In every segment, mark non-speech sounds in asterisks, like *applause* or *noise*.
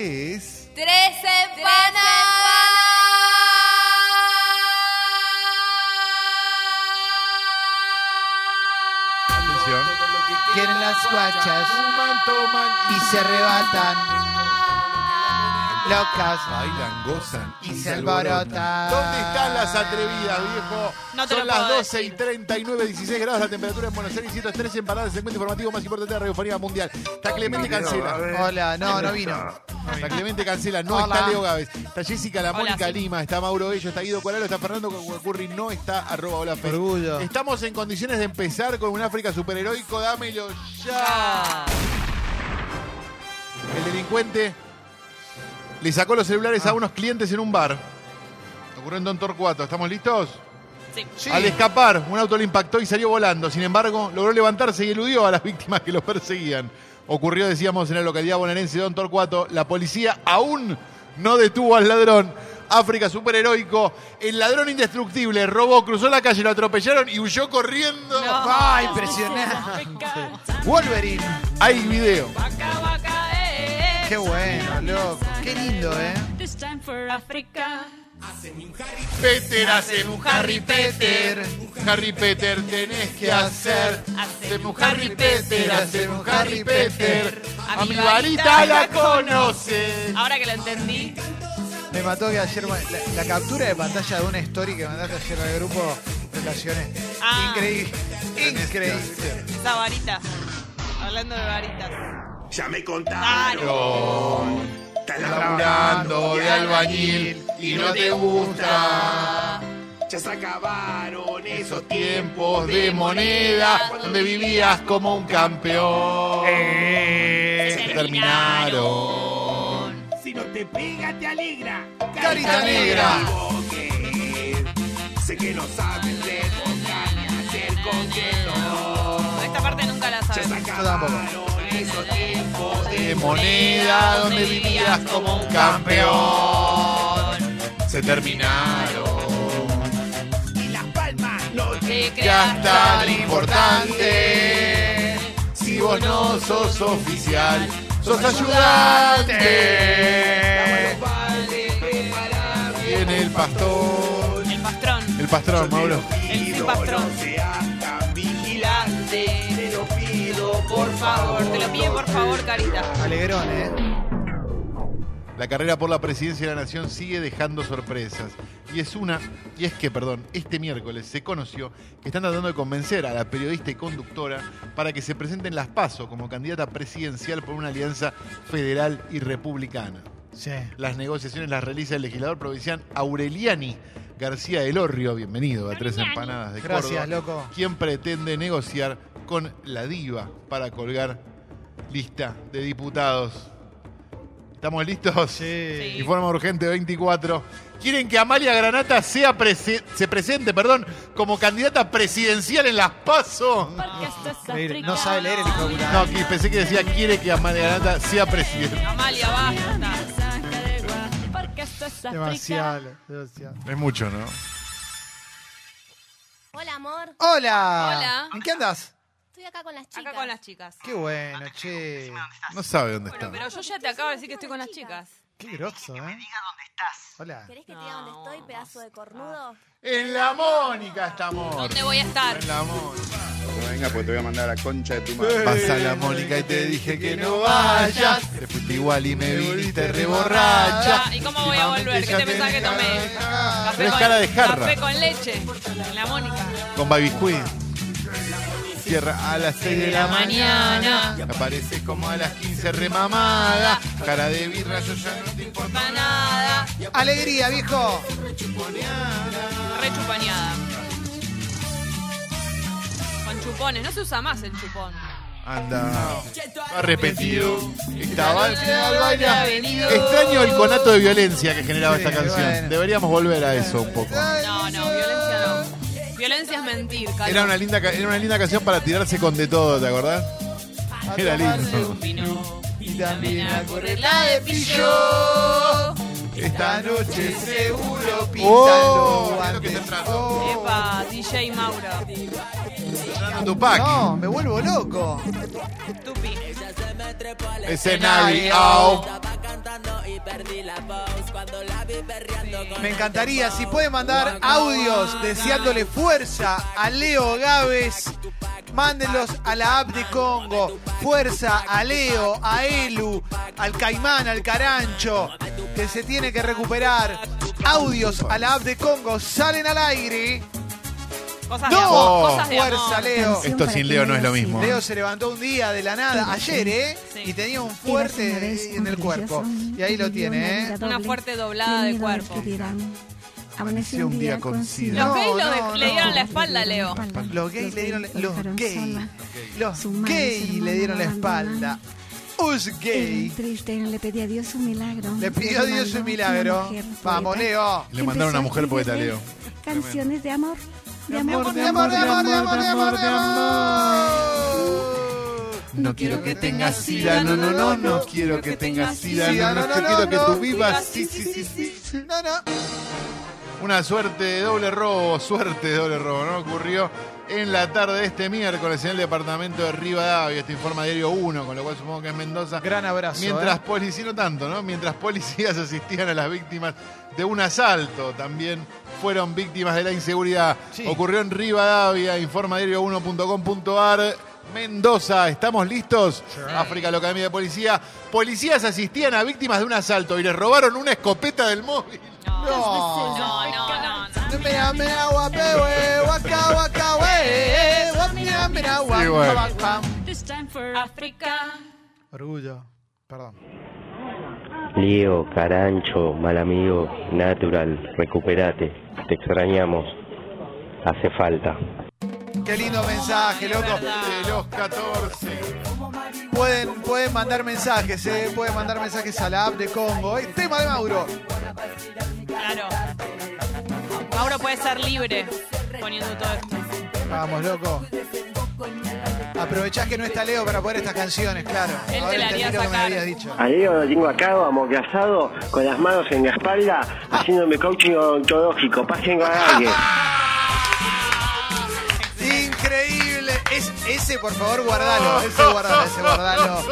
tres. ¡Tres semanas! Atención. Quieren las guachas y se arrebatan. Locas Bailan, gozan y se alborotan. ¿Dónde están las atrevidas, viejo? No te Son lo puedo las 12 y decir. 39, 16 grados la temperatura en Buenos Aires, 103 en Paradas, el segmento informativo más importante de la radiofonía mundial. Está Clemente Cancela. Hola, no, no vino. Está Clemente Cancela, no Hola. está Leo Gávez. Está Jessica, la Hola, Mónica sí. Lima, está Mauro Bello, está Guido Coralo, está Fernando Curry, no está arroba hola Fez. Orgullo. Estamos en condiciones de empezar con un África superheroico, dámelo ya. Ah. El delincuente le sacó los celulares a unos clientes en un bar. Ocurrió en Don Torcuato. ¿Estamos listos? Sí. Sí. Al escapar, un auto le impactó y salió volando. Sin embargo, logró levantarse y eludió a las *laughs* víctimas que lo perseguían. Ocurrió, decíamos, en la localidad bonaerense de Don Torcuato. La policía aún no detuvo al ladrón. África superheroico. El ladrón indestructible robó, cruzó la calle, lo atropellaron y huyó corriendo. Ah, impresionante. Wolverine. Hay video. Qué bueno, loco. Qué lindo, ¿eh? This time for Africa. Peter, hace un Harry Peter. Un Harry Peter tenés que hacer. Hace un Harry Peter, hace un Harry Peter. A mi varita la conoce. Ahora que lo entendí, Me mató que ayer. La, la captura de pantalla de una story que mandaste ayer al grupo relaciones. Ah. Increíble. Increíble. esa varita. Hablando de varitas. Ya me Claro. contaron. Estás Laburando de albañil y no te gusta. Ya se acabaron esos Esos tiempos de moneda donde vivías como un campeón. Eh. Se terminaron. Si no te pega, te alegra. Carita negra. Boquer. Sé que no sabes de boca ni hacer con que Esta parte nunca la Ya se sabemos. acabaron esos tiempos de De moneda donde vivías como un campeón. Se terminaron. Y las palmas no te Te Ya creas es tan importante. Si vos no sos oficial, sos ayudante. vale preparar. Viene el pastor. el pastrón. El pastor, Mauro. El Pido, pastrón. No seas tan vigilante. Grande. Te lo pido, por favor. Te lo pide por favor, carita. Alegrón, ¿eh? La carrera por la presidencia de la nación sigue dejando sorpresas. Y es una, y es que, perdón, este miércoles se conoció que están tratando de convencer a la periodista y conductora para que se presenten las PASO como candidata presidencial por una alianza federal y republicana. Sí. Las negociaciones las realiza el legislador provincial Aureliani García Elorrio, bienvenido a Tres Empanadas de Córdoba. Gracias, loco. Quien pretende negociar con la diva para colgar lista de diputados. ¿Estamos listos? Sí. Y forma urgente 24. Quieren que Amalia Granata sea presi- se presente, perdón, como candidata presidencial en las PASO. Porque esto es Increíble. África. No sabe leer el hijo de puta. No, que pensé que decía quiere que Amalia Granata sea presidente. Amalia, basta. Porque esto es África. Demasiado, demasiado. Es mucho, ¿no? Hola, amor. Hola. Hola. ¿En qué andas? Estoy acá con las chicas. Acá con las chicas. Qué bueno, che. No sabe dónde está. Pero yo ya te acabo de decir que estoy con las chicas. Qué groso, ¿eh? Que me diga dónde estás. Hola. ¿Querés que te diga dónde estoy, pedazo de cornudo? En la Mónica está amor. ¿Dónde voy a estar? En la Mónica. Venga, pues te voy a mandar a la concha de tu madre. Pasa la Mónica y te dije que no vayas. Te fuiste igual y me viniste reborracha. Ah, ¿Y cómo voy a volver? ¿Qué te pensás que tomé? Café Pero es con- cara de jarra. Café con leche. En La Mónica. Con Baby Queen. Cierra a las 6 de la mañana. Aparece como a las 15 remamada. Cara de birra, yo ya no te importo. Para nada. Alegría, viejo. Re chupaneada. Con chupones. No se usa más el chupón. Anda. Arrepentido. Estaba al baile ha venido. Extraño el conato de violencia que generaba Sí, esta canción. bueno. Deberíamos volver a eso un poco. No, no, violencia no. Violencia es mentir, Cali. Era una linda, ca- era una linda canción para tirarse con de todo, ¿te acordás? Ah, Era lindo. Vino. Y también Vino la a correr correla la de pillo. Esta noche seguro pintan Oh, los es lo que te guantes. trato. Oh. Epa, DJ Mauro. Tupac. No, me vuelvo loco. Tupi. Escenario. y perdí la voz cuando la vi perreando con Me el encantaría, dembow. si puede mandar audios deseándole fuerza a Leo Gávez, mándenlos a la app de Congo. Fuerza a Leo, a Elu, al Caimán, al Carancho, que se tiene que recuperar. Audios a la app de Congo salen al aire. Cosas de ¡No! amor. Cosas de Fuerza, amor. Leo. Esto sin Leo no es lo mismo. Leo se levantó un día de la nada, ayer, ¿eh? Sí. Y tenía un Eras una vez fuerte en un el cuerpo. brilloso Y ahí lo que vivió tiene, vida ¿eh? Una fuerte doblada plena de cuerpo. oscuridad. Amaneció un día con No, Los gays lo de- no, le no. dieron la espalda, Leo. Los gays le dieron la- los gays. Los Su madre y su gays le hermano dieron la lo espalda. abandonaron. Us Gay. gay. Triste, le pedí a Dios un milagro. Le pidió a Dios un milagro. Vamos, Leo. Le mandaron a una mujer poeta, Leo. Canciones de amor. De amor, De amor, de amor, de amor, de amor, de amor. No quiero que tengas sida, no, no, no, no quiero que tengas sida, Sida, no, no, no, yo no, quiero que no. tú vivas, sí, sí, sí, sí. No, no. Una suerte de doble robo, suerte de doble robo, ¿no? Ocurrió en la tarde de este miércoles en el departamento de Rivadavia, este informa diario 1, con lo cual supongo que es Mendoza. Gran abrazo. Mientras ¿eh? policías, no tanto, ¿no? Mientras policías *laughs* asistían a las víctimas de un asalto, también fueron víctimas de la inseguridad. Sí. Ocurrió en Rivadavia, informa diario1.com.ar. Mendoza, ¿estamos listos? África, la Academia de Policía. Policías asistían a víctimas de un asalto y les robaron una escopeta del móvil. No, no, no, no. Mira, mira, guape, wey, guaca, guaca, wey, guap, mira, mira, guap, Sí, bueno. guap, pam. This time for Africa. Orgullo. Perdón. Leo, Carancho, mal amigo, natural, recuperate, te extrañamos, hace falta. Qué lindo mensaje, loco. De los 14. Pueden, pueden mandar mensajes, ¿eh? pueden mandar mensajes a la app de Congo. El tema de Mauro. Claro. Mauro puede ser libre poniendo todo esto. Vamos, loco. Aprovechás que no está Leo para poner estas canciones, claro. te Ahora la haría entendí lo que me sacar. habías dicho. A Leo lo tengo acá, amorgazado, con las manos en la espalda, haciéndome coaching odontológico. Pasen con alguien. Increíble. Es, ese, por favor, guardalo. Ese guardalo, ese guardalo.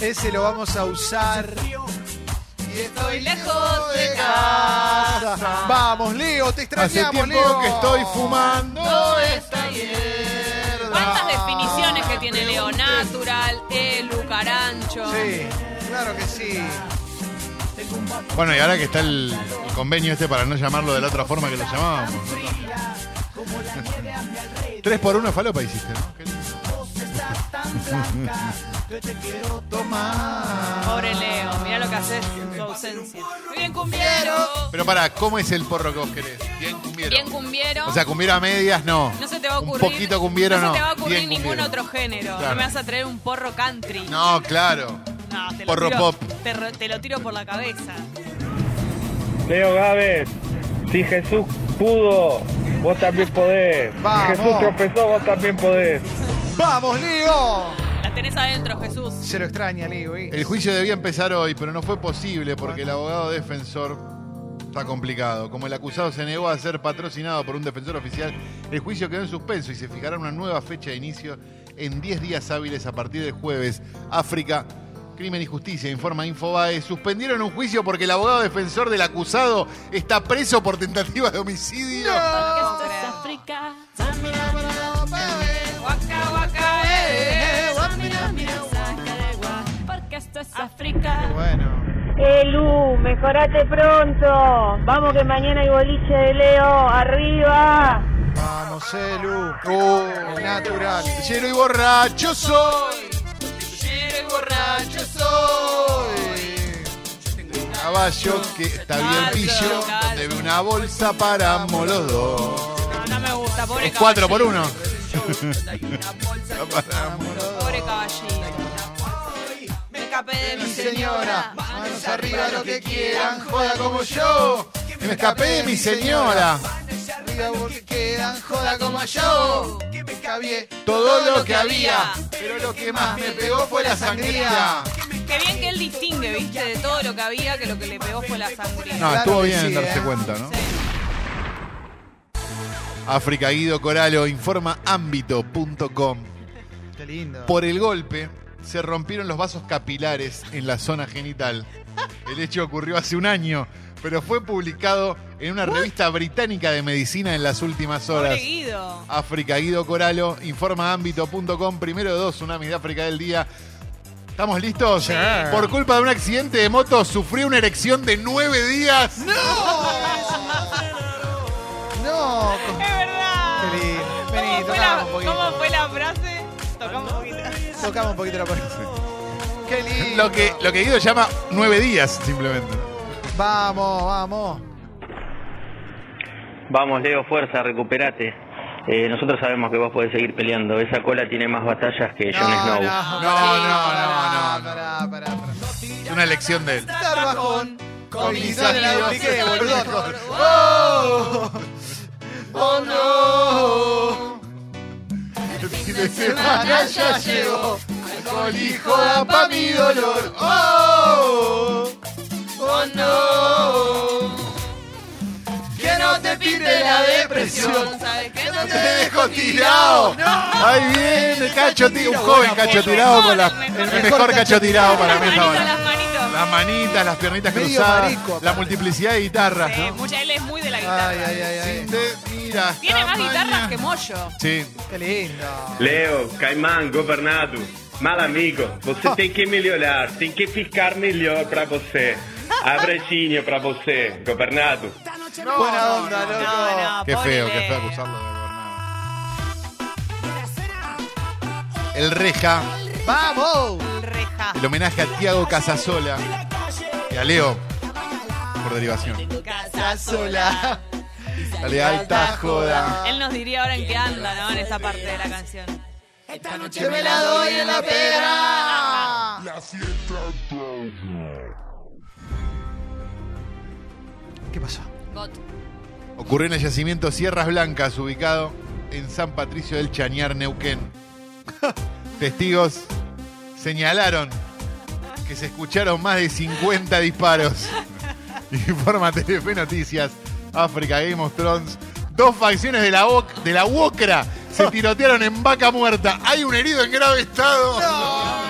Ese lo vamos a usar. Y estoy lejos de casa. Vamos, Leo, te Hace extrañamos, Leo. tiempo que estoy fumando. ¿Cuántas definiciones que tiene Leo? Natural, Elu, Carancho. Sí, claro que sí. Bueno, y ahora que está el, el convenio este para no llamarlo de la otra forma que lo llamábamos. *laughs* Tres por uno falopa hiciste, ¿no? Qué lindo. Pobre Leo, mirá lo que haces en tu ausencia. Muy bien, cumbiero. Pero para, ¿cómo es el porro que vos querés? Bien cumbiero. Bien, cumbiero. O sea, cumbiero a medias, no. no se te va a ocurrir. Un poquito cumbiero, no. se te va a ocurrir Bien ningún cumbiero. otro género. Claro. No me vas a traer un porro country. No, claro. No, te lo Porro tiro, pop. Te, ro- te lo tiro por la cabeza. Leo Gávez, si Jesús pudo, vos también podés. Vamos. Si Jesús tropezó, vos también podés. ¡Vamos, Leo! La tenés adentro, Jesús. Se lo extraña, Leo. ¿eh? El juicio debía empezar hoy, pero no fue posible porque el abogado defensor está complicado. Como el acusado se negó a ser patrocinado por un defensor oficial, el juicio quedó en suspenso y se fijará una nueva fecha de inicio en 10 días hábiles a partir del jueves. África, Crimen y Justicia, informa Infobae, suspendieron un juicio porque el abogado defensor del acusado está preso por tentativa de homicidio. Porque esto es África. Guaca, guaca, eh, eh. Saca de gua, Porque esto es África. Bueno. Elu, mejorate pronto. Vamos que mañana hay boliche de Leo. Arriba. Vamos, Elu. Oh, Natural. lleno y borracho soy. Quiero y borracho. Caballo que está bien Calzo, pillo, calzo. debe una bolsa paramos los dos. No, no me gusta, pobre Es 4 por caballito. 1. *laughs* Pobre caballito. Me escapé de mi señora. Manos arriba lo que quieran, joda como yo. Que me escapé de mi señora. Arriba porque quedan, joda como yo. Que me cabié Todo lo que había, pero lo que más me pegó fue la sangría. Qué bien que él distingue, viste, de todo lo que había, que lo que le pegó fue la sangría. No, Claro estuvo que bien sí, darse ¿eh? cuenta, ¿no? Sí. África Guido Coralo informa ámbito.com. Qué lindo. Por el golpe, se rompieron los vasos capilares en la zona genital. El hecho ocurrió hace un año, pero fue publicado en una revista británica de medicina en las últimas horas. Pobre Guido. África, Guido Coralo, informa ámbito.com, primero de dos tsunamis de África del día. ¿Estamos listos? Por culpa de un accidente de moto, sufrió una erección de nueve días. No, Es verdad. Vení, vení, ¿Cómo, fue tocamos la, un poquito. ¿Cómo fue la frase? Tocamos un poquito. Tocamos un poquito la pared. Qué lindo. Lo que, lo que Guido llama nueve días, simplemente. Vamos, vamos. Vamos, Leo, fuerza, recuperate. Eh, nosotros sabemos que vos podés seguir peleando. Esa cola tiene más batallas que Jon Snow. No, no, no, no. Es Una elección de él. Tarbajón. Con mis guisado de la amigos. dupliqué, boludo. ¡Oh! ¡Oh, no! El fin de semana ya llegó. Alcohol y joda pa' mi dolor. ¡Oh! ¡Oh, no! Que no te pinte la depresión. ¿Sabes qué? No te dejo tirado. Ahí viene cacho tirado, un joven cacho tirado con la, el mejor cacho tirado para mí Las esta manitos, hora. las manitos. Las manitas, las piernitas Medio cruzadas, marico, aparte. la multiplicidad de guitarras. Sí, ¿no? Eh, mucha, él es muy de la guitarra. Ay, ay, ay, ay. Mira, Tiene más tamaña. guitarras que Moyo. Sí. Qué lindo. Leo, Caimán, governado, mal amigo, você tem que melhorar, tem que ficar melhor para você. A brejinha para você, governado. Buena onda, loco. No, no, Qué feo, Ah, ponele. qué feo acusarlo de gobernador. El Reja, ¡Vamos! Reja. el homenaje a Tiago Casasola y a Leo, por derivación. La sola. Dale alta joda. Él nos diría ahora en qué anda, ¿no? En esta parte de la canción. Esta Que me la doy en la pedra. ¿Qué pasó? Got. Ocurrió en el yacimiento Sierras Blancas, ubicado en San Patricio del Chañar, Neuquén. Testigos señalaron que se escucharon más de 50 disparos. Informa Telefe Noticias, África Game of Thrones. Dos facciones de la, Oc- de la UOCRA se tirotearon en vaca muerta. Hay un herido en grave estado.